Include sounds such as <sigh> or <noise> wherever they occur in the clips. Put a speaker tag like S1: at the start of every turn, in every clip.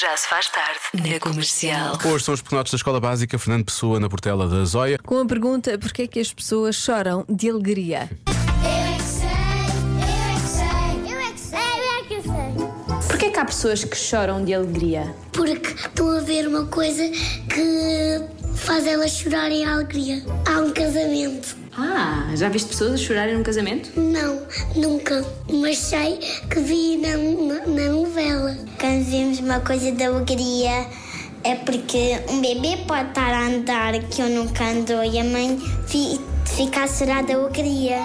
S1: Já se faz tarde na comercial.
S2: Hoje são os pequenotes da Escola Básica Fernando Pessoa na Portela da Zóia.
S3: Com a pergunta porquê é que as pessoas choram de alegria?
S4: Porquê que há pessoas que choram de alegria?
S5: Porque estão a ver uma coisa que faz elas chorarem à alegria. Há um casamento.
S4: Ah, já viste pessoas a chorarem num casamento?
S5: Não, nunca. Mas sei que vi na, na, na novela. Quando vemos uma coisa da alegria é porque um bebê pode estar a andar que eu nunca ando e a mãe fi, fica a chorar da alegria.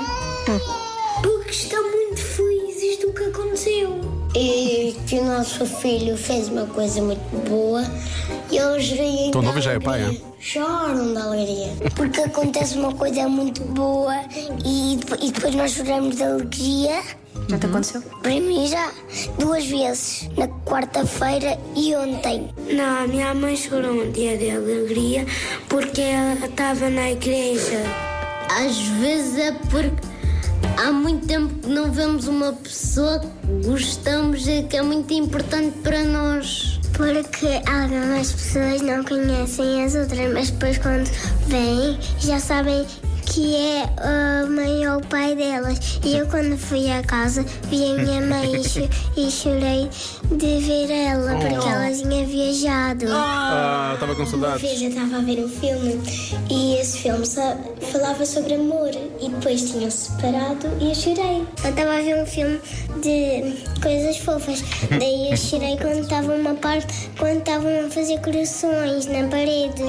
S5: Porque estão muito felizes do que aconteceu. E É que o nosso filho fez uma coisa muito boa e eles riem.
S2: Tão
S5: da
S2: novo já é pai,
S5: alegria. Choram da alegria. Porque acontece uma coisa muito boa e, depo- e depois nós choramos de alegria.
S4: Já te aconteceu?
S5: Para mim já duas vezes, na quarta-feira e ontem. Não, a minha mãe chorou um dia de alegria porque ela estava na igreja. Às vezes é porque há muito tempo que não vemos uma pessoa que gostamos e que é muito importante para nós. Porque algumas pessoas não conhecem as outras, mas depois quando vêm já sabem que é a mãe ou o pai delas. E eu quando fui à casa vi a minha mãe e, cho- e chorei de ver ela, porque ela tinha viajado.
S2: Ah, estava com
S5: Uma
S2: saudades.
S5: vez eu estava a ver um filme e esse filme só falava sobre amor e depois tinham-se separado e eu chorei. Eu estava a ver um filme de coisas fofas, daí eu chorei quando estava uma parte, quando estavam a fazer corações na parede.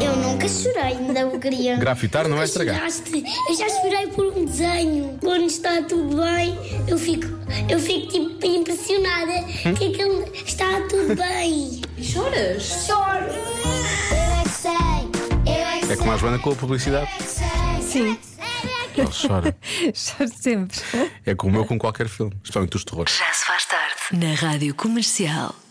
S5: Eu nunca chorei da alegria.
S2: Ah. Grafitar não é
S5: Nunca
S2: estragar.
S5: choraste? Eu já chorei por um desenho. Quando está tudo bem, eu fico, eu fico tipo impressionada
S2: Hum?
S5: que aquilo está tudo bem.
S4: Choras?
S5: Choro. Eu é que sei. Eu é que
S2: É
S5: sei. é
S2: como a Joana com a <laughs> publicidade.
S3: Sim.
S2: Ela chora.
S3: Choro sempre.
S2: É como eu com qualquer filme, especialmente os terrores.
S1: Já se faz tarde na rádio comercial.